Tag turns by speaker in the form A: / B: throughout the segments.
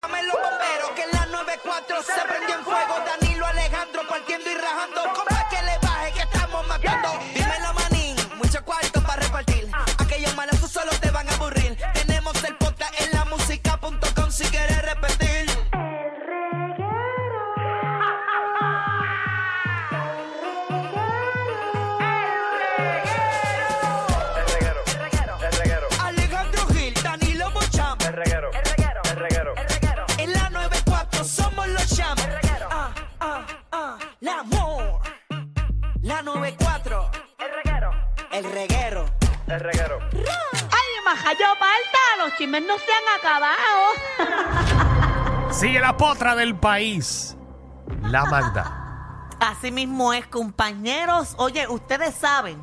A: Llamen los bomberos que en la 94 se prendió en fuego. Danilo Alejandro partiendo y rajando. Compa que le baje que estamos matando. Dime la manín, mucho cuarto para repartir.
B: Ah.
A: Aquellos malazos solo te van a aburrir. Tenemos el podcast en la música.com si quieres repetir.
B: El reguero. El reguero.
A: Alejandro Gil, Danilo Bocham.
B: El reguero. El reguero. El reguero.
A: En la 94 somos los champ. Ah, ah, ah, la amor. La 94,
B: El reguero.
A: el reguero.
B: El reguero.
C: ¡Ay, majayo palta! ¡Los chismes no se han acabado!
D: Sigue la potra del país, la Magda.
E: Así mismo es, compañeros. Oye, ustedes saben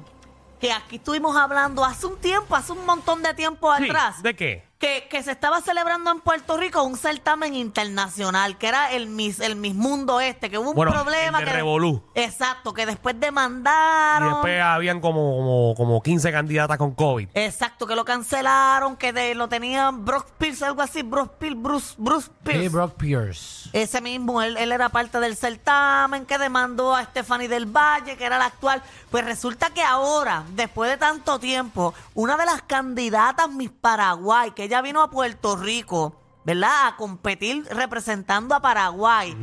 E: que aquí estuvimos hablando hace un tiempo, hace un montón de tiempo
D: Sí,
E: atrás,
D: ¿De qué?
E: que, que se estaba celebrando en Puerto Rico un certamen internacional, que era el Miss, el Miss Mundo este, que hubo un
D: Bueno,
E: problema.
D: el de
E: que
D: Revolú.
E: Exacto, que después
D: Y
E: demandaron.
D: después habían como, como, como 15 candidatas con COVID.
E: Exacto, que lo cancelaron, que de- lo tenían Brock Pierce, algo así, Brock Pierce, Bruce, Bruce Pierce. Ese mismo, él, él era parte del certamen que demandó a Stephanie del Valle, que era la actual. Pues resulta que ahora, después de tanto tiempo, una de las candidatas Miss Paraguay, que ella vino a Puerto Rico, ¿verdad? A competir representando a Paraguay.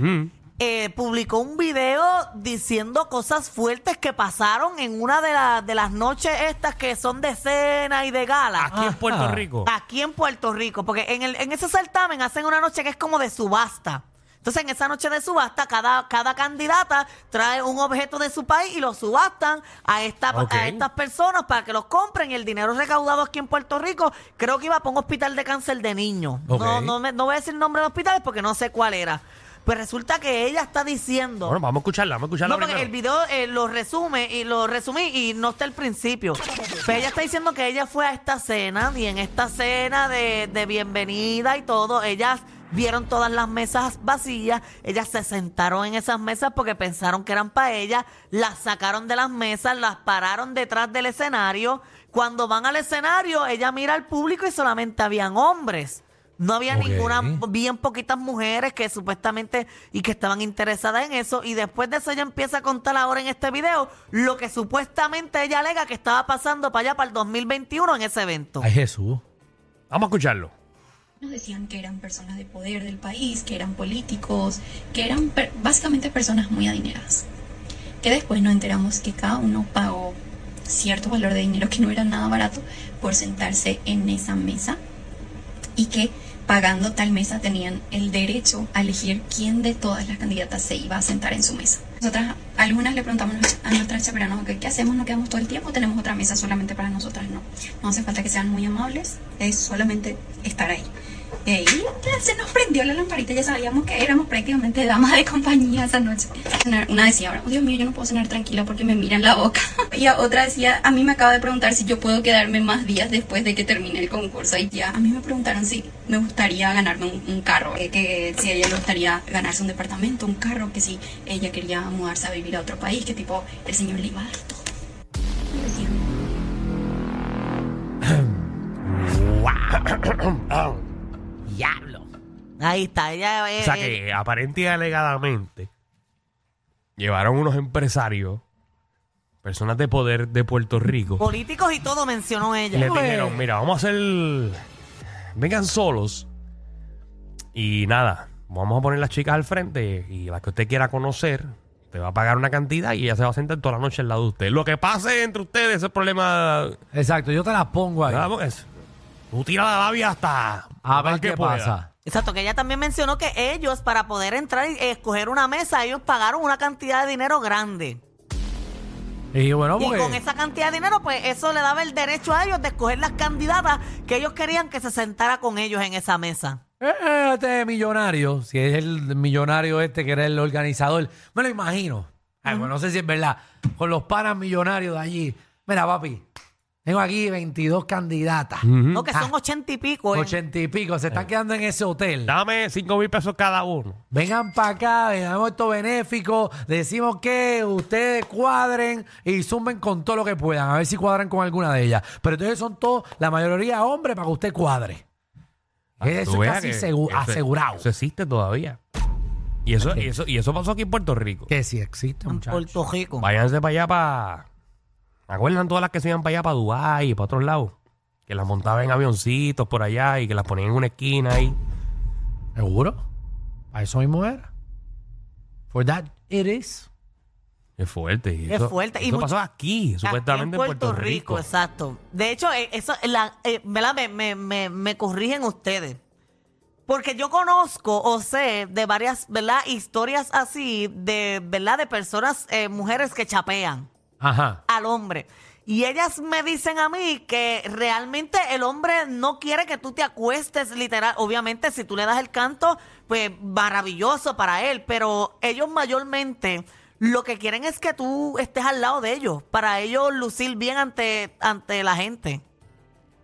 E: eh, publicó un video diciendo cosas fuertes que pasaron en una de, la- de las noches estas que son de cena y de gala.
D: Aquí en Puerto
E: Ah.
D: Rico.
E: Aquí en Puerto Rico, porque en, el, en ese certamen hacen una noche que es como de subasta. Entonces, en esa noche de subasta, cada, cada candidata trae un objeto de su país y lo subastan a, esta,
D: Ok.
E: a estas personas para que los compren. Y el dinero recaudado aquí en Puerto Rico, creo que iba para un hospital de cáncer de niños.
D: Ok.
E: No, no, me- no voy a decir nombre de hospitales porque no sé cuál era. Pues resulta que ella está diciendo.
D: Bueno, vamos a escucharla, vamos a escucharla
E: No, porque el
D: primero.
E: video eh, lo resume y lo resumí y no está el principio. Pero ella está diciendo que ella fue a esta cena y en esta cena de, de bienvenida y todo, ellas vieron todas las mesas vacías, ellas se sentaron en esas mesas porque pensaron que eran para ellas, las sacaron de las mesas, las pararon detrás del escenario. Cuando van al escenario, ella mira al público y solamente habían hombres. No había ninguna, bien poquitas mujeres que supuestamente y que estaban interesadas en eso. Y después de eso ella empieza a contar ahora en este video lo que supuestamente ella alega que estaba pasando para allá para el 2021 en ese evento.
D: Jesús. Vamos a escucharlo.
F: Nos decían que eran personas de poder del país, que eran políticos, que eran per- básicamente personas muy adineradas. Que después nos enteramos que cada uno pagó cierto valor de dinero que no era nada barato por sentarse en esa mesa y que pagando tal mesa tenían el derecho a elegir quién de todas las candidatas se iba a sentar en su mesa. Nosotras, algunas le preguntamos a nuestras chaperanos, "Ok, ¿qué hacemos? ¿No quedamos todo el tiempo? ¿Tenemos otra mesa solamente para nosotras? No, no hace falta que sean muy amables, es solamente estar ahí. Y ahí ya se nos prendió la lamparita, ya sabíamos que éramos prácticamente damas de compañía esa noche. Cenar- Una decía, "Oh, Dios mío, yo no puedo cenar tranquila porque me miran la boca. Y a otra decía, a mí me acaba de preguntar si yo puedo quedarme más días después de que termine el concurso. Y ya, a mí me preguntaron si me gustaría ganarme un, un carro, eh, que si a ella le gustaría ganarse un departamento, un carro, que si ella quería mudarse a vivir a otro país, que tipo, el señor le iba a dar todo. Y decía,
D: Diablo.
E: Ahí está, ella eh,
D: O sea
E: eh,
D: que aparente y alegadamente llevaron unos empresarios, personas de poder de Puerto Rico.
E: políticos y todo mencionó
D: Y
E: ella.
G: pues.
D: les dijeron, mira, vamos a hacer... Vengan solos. Y nada, vamos a poner las chicas al frente y la que usted quiera conocer, te va a pagar una cantidad y ella se va a sentar toda la noche al lado de usted. Lo que pase entre ustedes es problema...
G: Exacto, yo te las pongo ahí.
D: Vamos, es- Tú tira la labia hasta...
G: A
D: hasta
G: ver
D: que
G: qué
D: pueda.
G: pasa.
E: Exacto, que ella también mencionó que ellos, para poder entrar y escoger una mesa, ellos pagaron una cantidad de dinero grande.
G: Y bueno,
E: Y con
G: porque
E: esa cantidad de dinero, pues eso le daba el derecho a ellos de escoger las candidatas que ellos querían que se sentara con ellos en esa mesa.
G: eh, este millonario, si es el millonario este que era el organizador, me lo imagino. Ay, bueno, no sé si es verdad. Con los panas millonarios de allí. Mira, papi, tengo aquí 22 candidatas.
E: No, que
D: Ah.
E: son ochenta y pico. ¿eh?
G: 80 y pico, se están quedando en ese hotel.
D: Dame 5 mil pesos cada uno.
G: Vengan para acá, vengamos esto benéfico, decimos que ustedes cuadren y zumben con todo lo que puedan, a ver si cuadran con alguna de ellas. Pero entonces son todos, la mayoría hombres, para que usted cuadre.
D: Tú
G: Ah, Eso es
D: veas
G: casi
D: que
G: segu-
D: eso-
G: asegurado.
D: Eso existe todavía. Y eso, y eso, y eso pasó aquí en Puerto Rico.
G: Que sí existe,
E: En
G: muchachos.
E: Puerto Rico.
D: Váyanse para allá para. ¿Acuerdan todas las que se iban para allá, para Dubái y para otros lados? Que las montaban en avioncitos por allá y que las ponían en una esquina ahí.
G: ¿Seguro? A eso mismo era. For that it is.
D: Es fuerte. y
E: Es
D: eso-
E: fuerte, y
D: Eso
E: mucho-
D: pasó aquí,
E: Ah,
D: supuestamente en
E: Aquí
D: Puerto, Rico.
E: Exacto. De hecho, eh, eso, la, eh, ¿verdad? me, me, me, me corrigen ustedes. Porque yo conozco o sé de varias, ¿verdad? Historias así de, ¿verdad? De personas, eh, mujeres que chapean
G: Ajá.
E: al hombre. Y ellas me dicen a mí que realmente el hombre no quiere que tú te acuestes, literal. Obviamente, si tú le das el canto, pues maravilloso para él. Pero ellos mayormente lo que quieren es que tú estés al lado de ellos, para ellos lucir bien ante, ante la gente.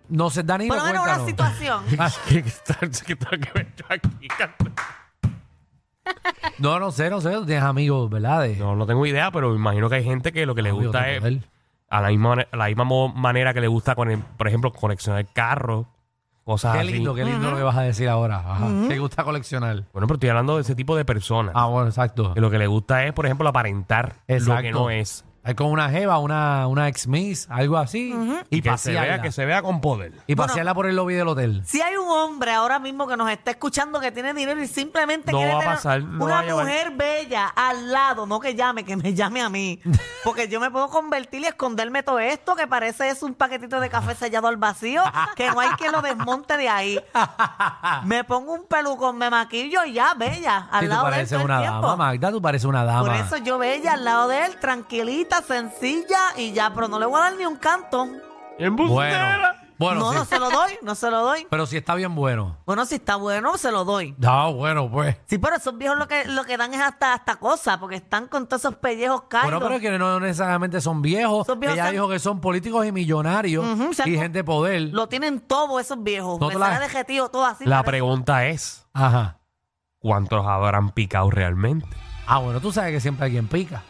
G: No sé, Danilo,
E: Por lo menos una
G: cuéntanos.
E: situación.
G: Ah,
D: ¿Qué, qué tengo que ver yo aquí?
G: No, no sé, no sé. Tú tienes amigos, ¿verdad? De-
D: No, no tengo idea, pero me imagino que hay gente que lo que le
G: amigos
D: gusta
G: de
D: es
G: poder.
D: a la misma, mane- la misma mo- manera que le gusta, con el- por ejemplo, coleccionar carros, cosas
G: Qué
D: así.
G: lindo, qué lindo lo que vas a decir ahora. Ajá. Te gusta coleccionar.
D: Bueno, pero estoy hablando de ese tipo de personas.
G: Ah, bueno, exacto.
D: Que lo que le gusta es, por ejemplo, aparentar lo que
G: Exacto.
D: no es.
G: Hay con una jeva, una, una ex miss, algo así. Y
D: que se vea,
G: pasearla.
D: que se vea con poder.
G: Y pasearla por el lobby del hotel.
E: Si hay un hombre ahora mismo que nos está escuchando que tiene dinero y simplemente
D: No
E: quiere
D: va a
E: tener
D: pasar, no va
E: una
D: a llamar.
E: mujer bella al lado, no que llame, que me llame a mí. Porque yo me puedo convertir y esconderme todo esto que parece es un paquetito de café sellado al vacío, que no hay quien lo desmonte de ahí. Me pongo un pelucón, me maquillo y ya, bella, al
G: Sí, tú
E: lado de él
G: pareces
E: todo el
G: una
E: tiempo.
G: dama, Magda, tú pareces una dama.
E: Por eso yo bella al lado de él, tranquilita, sencilla y ya, pero no le voy a dar ni un canto.
G: bueno, bueno
E: no,
G: sí.
E: no se lo doy, no se lo doy.
G: pero si está bien bueno.
E: Bueno, si está bueno, se lo doy.
G: No, bueno, pues.
E: Sí, pero esos viejos lo que, lo que dan es hasta, hasta cosas, porque están con todos esos pellejos caídos.
G: Bueno, pero es que no necesariamente son viejos.
E: Son viejos,
G: Ella
E: son-
G: dijo que son políticos y millonarios
E: Ujú, se han
G: y
E: co-
G: gente de poder.
E: Lo tienen todo esos viejos.
G: No
E: Me
G: te la-
E: sale de jetivo todo así.
D: La
E: parece.
D: pregunta es,
G: Ajá.
D: ¿cuántos habrán picado realmente?
G: Ah, bueno, tú sabes que siempre alguien pica.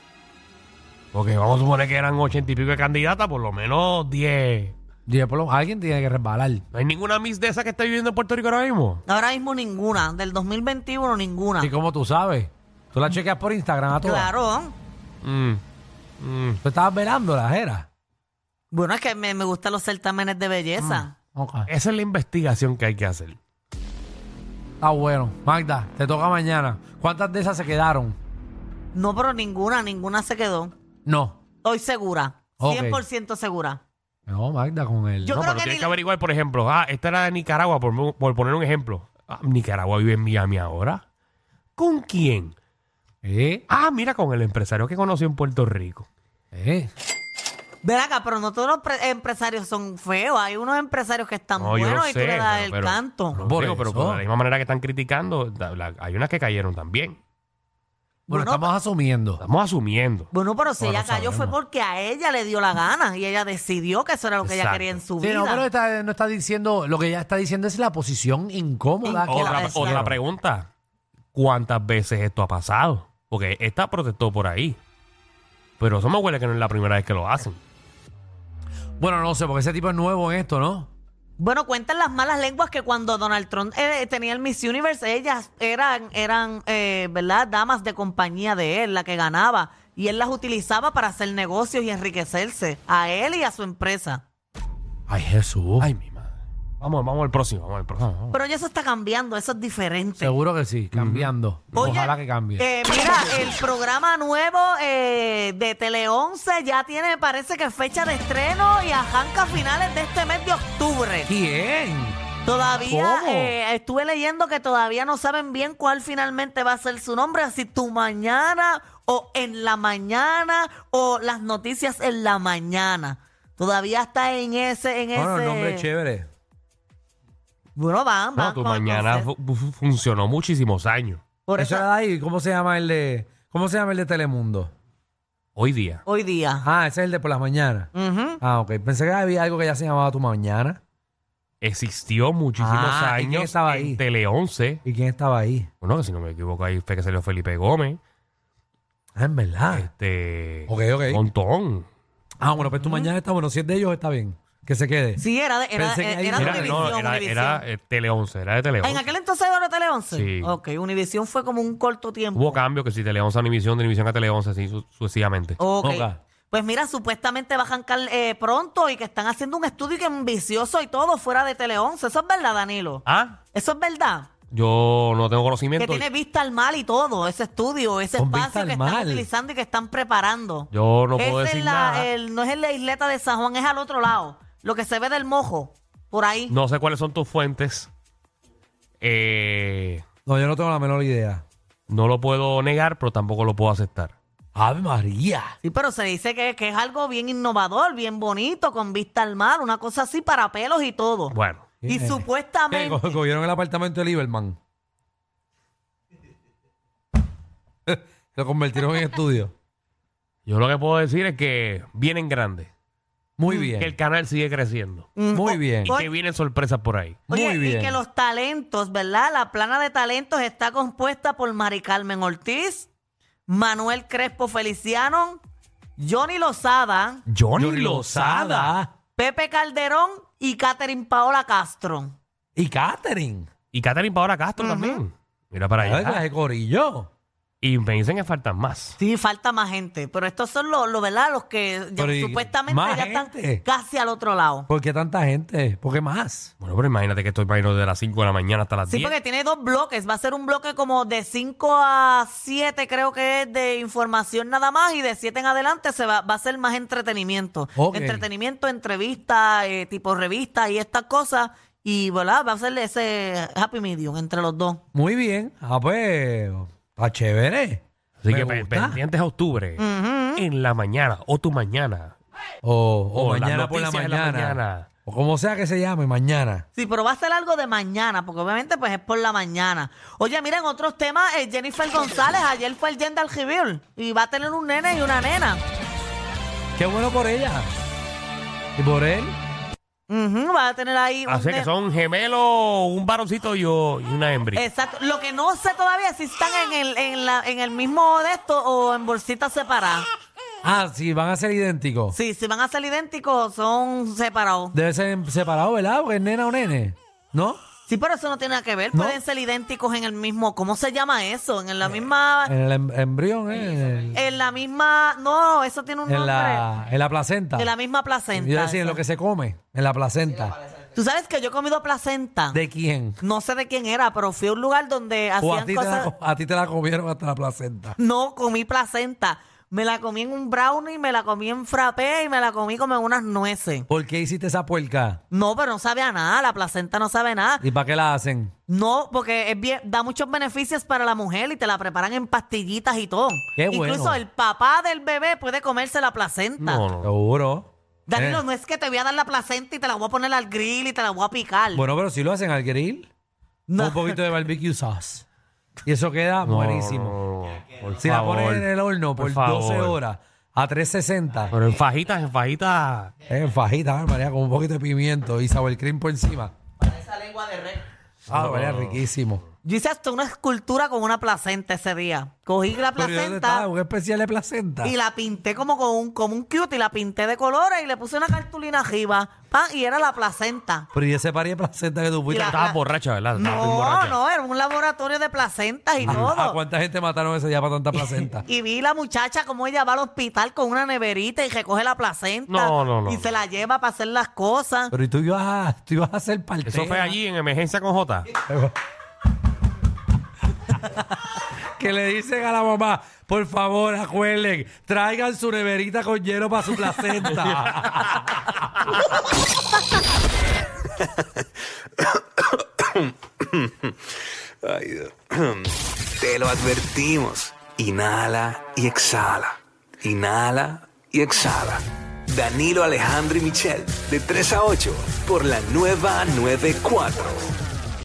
D: Porque vamos a suponer que eran ochenta y pico de candidatas, por lo menos diez.
G: Y después lo- alguien tiene que resbalar.
D: ¿No hay ninguna Miss de esas que está viviendo en Puerto Rico ahora mismo?
E: Ahora mismo ninguna. Del 2021 ninguna.
G: ¿Y como tú sabes? Tú la chequeas por Instagram a todas.
E: Ah. Claro.
D: Mm, mm.
G: Tú estabas velando la era.
E: Bueno, es que me, me gustan los certámenes de belleza.
G: Ok.
D: Esa es la investigación que hay que hacer.
G: Está Ah, bueno. Magda, te toca mañana. ¿Cuántas de esas se quedaron?
D: Mm.
E: No, pero ninguna, ninguna se quedó.
G: No.
E: Estoy segura.
G: Ok.
E: 100% segura.
G: No, Magda, con él.
E: Yo
D: No, pero
E: creo que
D: tienes
E: ni
D: que
E: la-
D: averiguar, por ejemplo, ah, esta era de Nicaragua, por, por poner un ejemplo. Ah, Nicaragua vive en Miami ahora. ¿Con quién?
G: ¿Eh?
D: Ah, mira, con el empresario que conoció en Puerto Rico.
G: ¿Eh?
E: Ven acá, pero no todos los pre- empresarios son feos. Hay unos empresarios que están
D: No, yo
E: buenos
D: lo
E: y tú
D: sé,
E: le das
D: pero-
E: el
D: pero-
E: canto.
D: Pero,
G: Por
D: digo, pero
G: eso.
D: por la misma manera que están criticando, la- la- hay unas que cayeron también.
G: Bueno,
E: Bueno,
G: estamos asumiendo.
D: Estamos asumiendo.
E: Bueno, pero si
G: Bueno,
E: ella cayó fue
G: sabemos.
E: porque a ella le dio la gana y ella decidió que eso era lo que ella
D: Exacto.
E: quería en su
G: Sí,
E: vida.
G: no, pero está- no está diciendo, lo que ella está diciendo es la posición incómoda. que
D: Otra,
E: Claro,
D: Ah, otra
E: claro.
D: pregunta. ¿Cuántas veces esto ha pasado? Porque esta protestó por ahí. Pero eso me huele que no es la primera vez que lo hacen.
G: Bueno, no sé, porque ese tipo es nuevo en esto, ¿no?
E: Bueno, cuentan las malas lenguas que cuando Donald Trump eh, tenía el Miss Universe, ellas eran, eran eh, ¿verdad? Damas de compañía de él, la que ganaba. Y él las utilizaba para hacer negocios y enriquecerse a él y a su empresa.
G: Ay, Jesús.
D: Ay, mi madre. Vamos, vamos al próximo, vamos al próximo. vamos.
E: Pero ya eso está cambiando, eso es diferente.
G: Seguro que sí, cambiando.
E: Oye,
G: Ojalá que cambie.
E: eh, mira, el programa nuevo eh, de Tele 11 ya tiene, parece que fecha de estreno y arranca a finales de este mes de octubre.
G: ¿Quién?
E: Todavía
G: ¿Cómo?
E: eh, estuve leyendo que todavía no saben bien cuál finalmente va a ser su nombre, así tu mañana o en la mañana o las noticias en la mañana. Todavía está en ese, en
G: Bueno,
E: ese.
G: el nombre es chévere.
E: Bueno, van, van.
D: No, tu
E: con el
D: mañana
E: concepto.
D: fu- fu- funcionó muchísimos años.
E: Por
G: Eso
E: eso,
G: era de ahí. ¿Cómo se llama el de, cómo se llama el de Telemundo?
D: Hoy día.
E: hoy día.
G: Ah, ese es el de por las mañanas.
E: Ujú.
G: Ah, ok. Pensé que había algo que ya se llamaba tu mañana.
D: Existió muchísimos
G: Ah, ¿y quién
D: años
G: estaba
D: en
G: ahí?
D: Tele 11.
G: ¿Y quién estaba ahí?
D: Bueno, que si no me equivoco, ahí fue que salió Felipe Gómez.
G: Ah, en verdad.
D: Este.
G: Ok, ok.
D: Montón.
G: Ah, bueno, pues tu mañana está bueno. Si es de ellos, está bien. Que se quede.
E: Sí, era de, era,
G: Pensé que
E: era,
G: ahí-
E: era de
D: Era,
G: Mira,
E: Ah, Univisión.
D: no, era,
E: Univisión.
D: era, eh, Tele 11, era de Tele 11.
E: Ah, en aquel entonces era de Tele 11.
D: Sí.
E: Ok, Univisión fue como un corto tiempo.
D: Hubo cambios que si Tele 11 a Univisión, de Univisión a Tele 11, así su- sucesivamente.
E: Ok.
G: Ok.
E: Pues mira, supuestamente va a arrancar eh, pronto y que están haciendo un estudio y que ambicioso y todo fuera de Tele 11. Eso es verdad, Danilo.
D: Ah,
E: Eso es verdad.
D: yo no tengo
E: Que
D: conocimiento.
E: tiene vista al mal y todo, ese estudio, ese
G: Con vista
E: espacio
G: al
E: que
G: mal.
E: están utilizando y que están preparando.
D: Yo no
E: Ese
D: puedo
E: es
D: decir
E: la-
D: nada.
E: el- no es en la isleta de San Juan, es al otro lado. Lo que se ve del mojo, por ahí.
D: No sé cuáles son tus fuentes. Eh,
G: No, yo no tengo la menor idea.
D: no lo puedo negar, pero tampoco lo puedo aceptar.
G: Ave María.
E: Sí, pero se dice que, que es algo bien innovador, bien bonito, con vista al mar, una cosa así para pelos y todo.
D: Bueno,
E: y
G: Eh, Eh,
E: supuestamente...
G: co- cogieron el apartamento de Lieberman. Lo convirtieron en estudio.
D: yo lo que puedo decir es que vienen grandes.
G: Muy
D: Que Mm. el
G: bien.
D: canal sigue creciendo.
E: Mm,
G: Muy
E: o-
G: bien.
D: Y que Oh, vienen sorpresas por ahí.
G: Muy
E: Oye,
G: bien.
E: y que los talentos, ¿verdad? La plana de talentos está compuesta por Mari Carmen Ortiz, Manuel Crespo Feliciano, Johnny Lozada,
G: Johnny Lozada
E: Pepe Calderón y Catherine Paola Castro.
G: y Katherine.
D: Y Catherine Paola Castro también. Mira para
G: Ay, pues,
D: allá.
G: clase corillo.
D: Y me dicen que faltan más.
E: Sí, falta más gente, pero estos son los, los, ¿verdad? Los que ya-
G: Pero y-
E: supuestamente
G: más
E: ya están
G: gente.
E: casi al otro lado.
G: ¿Por qué tanta gente? ¿Por qué más?
D: Bueno, pero imagínate que estoy imagino de las 5 de la mañana hasta las
E: Sí,
D: 10.
E: porque tiene dos bloques. Va a ser un bloque como de 5 a 7, creo que es de información nada más, y de 7 en adelante se va, va a ser más entretenimiento.
G: Ok.
E: Entretenimiento, entrevista, eh, tipo revista y estas cosas. Y ¿verdad? va a ser ese happy medium entre los dos.
G: Muy bien. Ah, pues, está chévere.
D: Así
G: Me
D: que pe-
G: gusta.
D: pendientes a octubre. En la mañana o tu mañana.
G: O, o
D: O las
G: mañana por la
D: noticias de la
G: mañana.
D: mañana.
G: O como sea que se llame, mañana.
E: Sí, pero va a ser algo de mañana, porque obviamente pues es por la mañana. Oye, miren, otros temas, eh, Jennifer González, ayer fue el Gender Reveal y va a tener un nene y una nena.
G: Qué bueno por ella. Y por él.
E: Ujú, va a tener ahí un
D: Así Ah, que
E: ne-
D: son gemelos, un varoncito y, yo- y una hembra.
E: Exacto. Lo que no sé todavía es si están en el, en, la, en el mismo de esto o en bolsitas separadas.
G: Ah, sí, van a ser idénticos.
E: Sí, si van a ser idénticos o son separados.
G: Debe ser separado, ¿verdad? Porque es nena o nene. ¿No?
E: Sí, pero eso no tiene nada que ver.
G: No.
E: Pueden ser idénticos en el mismo. ¿Cómo se llama eso? En la misma.
G: En el em- embrión, ¿eh? En, el-
E: En la misma. No, eso tiene un
G: en
E: nombre.
G: la, en la placenta.
E: De la misma
G: Yo
E: placenta.
G: decía, en lo
E: eso.
G: que se come, en la placenta.
E: Tú sabes que yo he comido placenta.
G: ¿De quién?
E: No sé de quién era, pero fui a un lugar donde
G: O a
E: hacían
G: ti, te la,
E: cosas.
G: co- a ti te la comieron hasta la placenta.
E: No comí placenta. Me la comí en un brownie, me la comí en frappé y me la comí como en unas nueces.
G: ¿Por qué hiciste esa puerca?
E: No, pero no sabe a nada, la placenta no sabe a nada.
G: ¿Y para qué la hacen?
E: No, porque es bien, da muchos beneficios para la mujer y te la preparan en pastillitas y todo.
G: Qué bueno.
E: Incluso el papá del bebé puede comerse la placenta.
D: No, no.
G: Seguro.
E: Danilo,
G: Eh,
E: no es que te voy a dar la placenta y te la voy a poner al grill y te la voy a picar.
G: Bueno, pero si lo hacen al grill,
E: No.
G: con un poquito de barbecue sauce. Y eso queda
D: No,
G: buenísimo.
D: no, no, no. Por
G: Si
D: favor.
G: la ponen en el horno por,
D: favor.
G: 12 horas a 360,
D: Pero en fajitas, en fajitas.
G: eh, en fajita, María, con un poquito de pimiento y sour cream por encima. Esa lengua de red. Ah, María, riquísimo.
E: Yo hice hasta una escultura con una placenta ese día. Cogí la
G: Pero ¿y dónde
E: placenta
G: está? Un especial de placenta.
E: y la pinté como con un, como un cute y la pinté de colores y le puse una cartulina arriba. pan, y era la placenta.
G: Pero y ese pari de placenta que tú fuiste.
E: la-
G: Ah, ¿A-
D: Estabas borracha, ¿verdad? Estabas bien
E: No,
D: borracha.
E: no, era un laboratorio de placentas
D: Ah,
E: y
G: ¿A
E: todo.
G: cuánta gente mataron ese día para tanta placenta?
E: Y vi la muchacha como ella va al hospital con una neverita y recoge la placenta
D: No, no, no,
E: y
D: no.
E: se la lleva para hacer las cosas.
G: Pero y tú ibas a, tú ibas a ser parte.
D: Eso fue allí en emergencia con J.
G: Que le dicen a la mamá, por favor, acuerden, traigan su neverita con hielo para su placenta.
H: Ay, Dios. Te lo advertimos. Inhala y exhala. Inhala y exhala. Danilo Alejandro y Michel, de 3 a 8, por la nueva 94.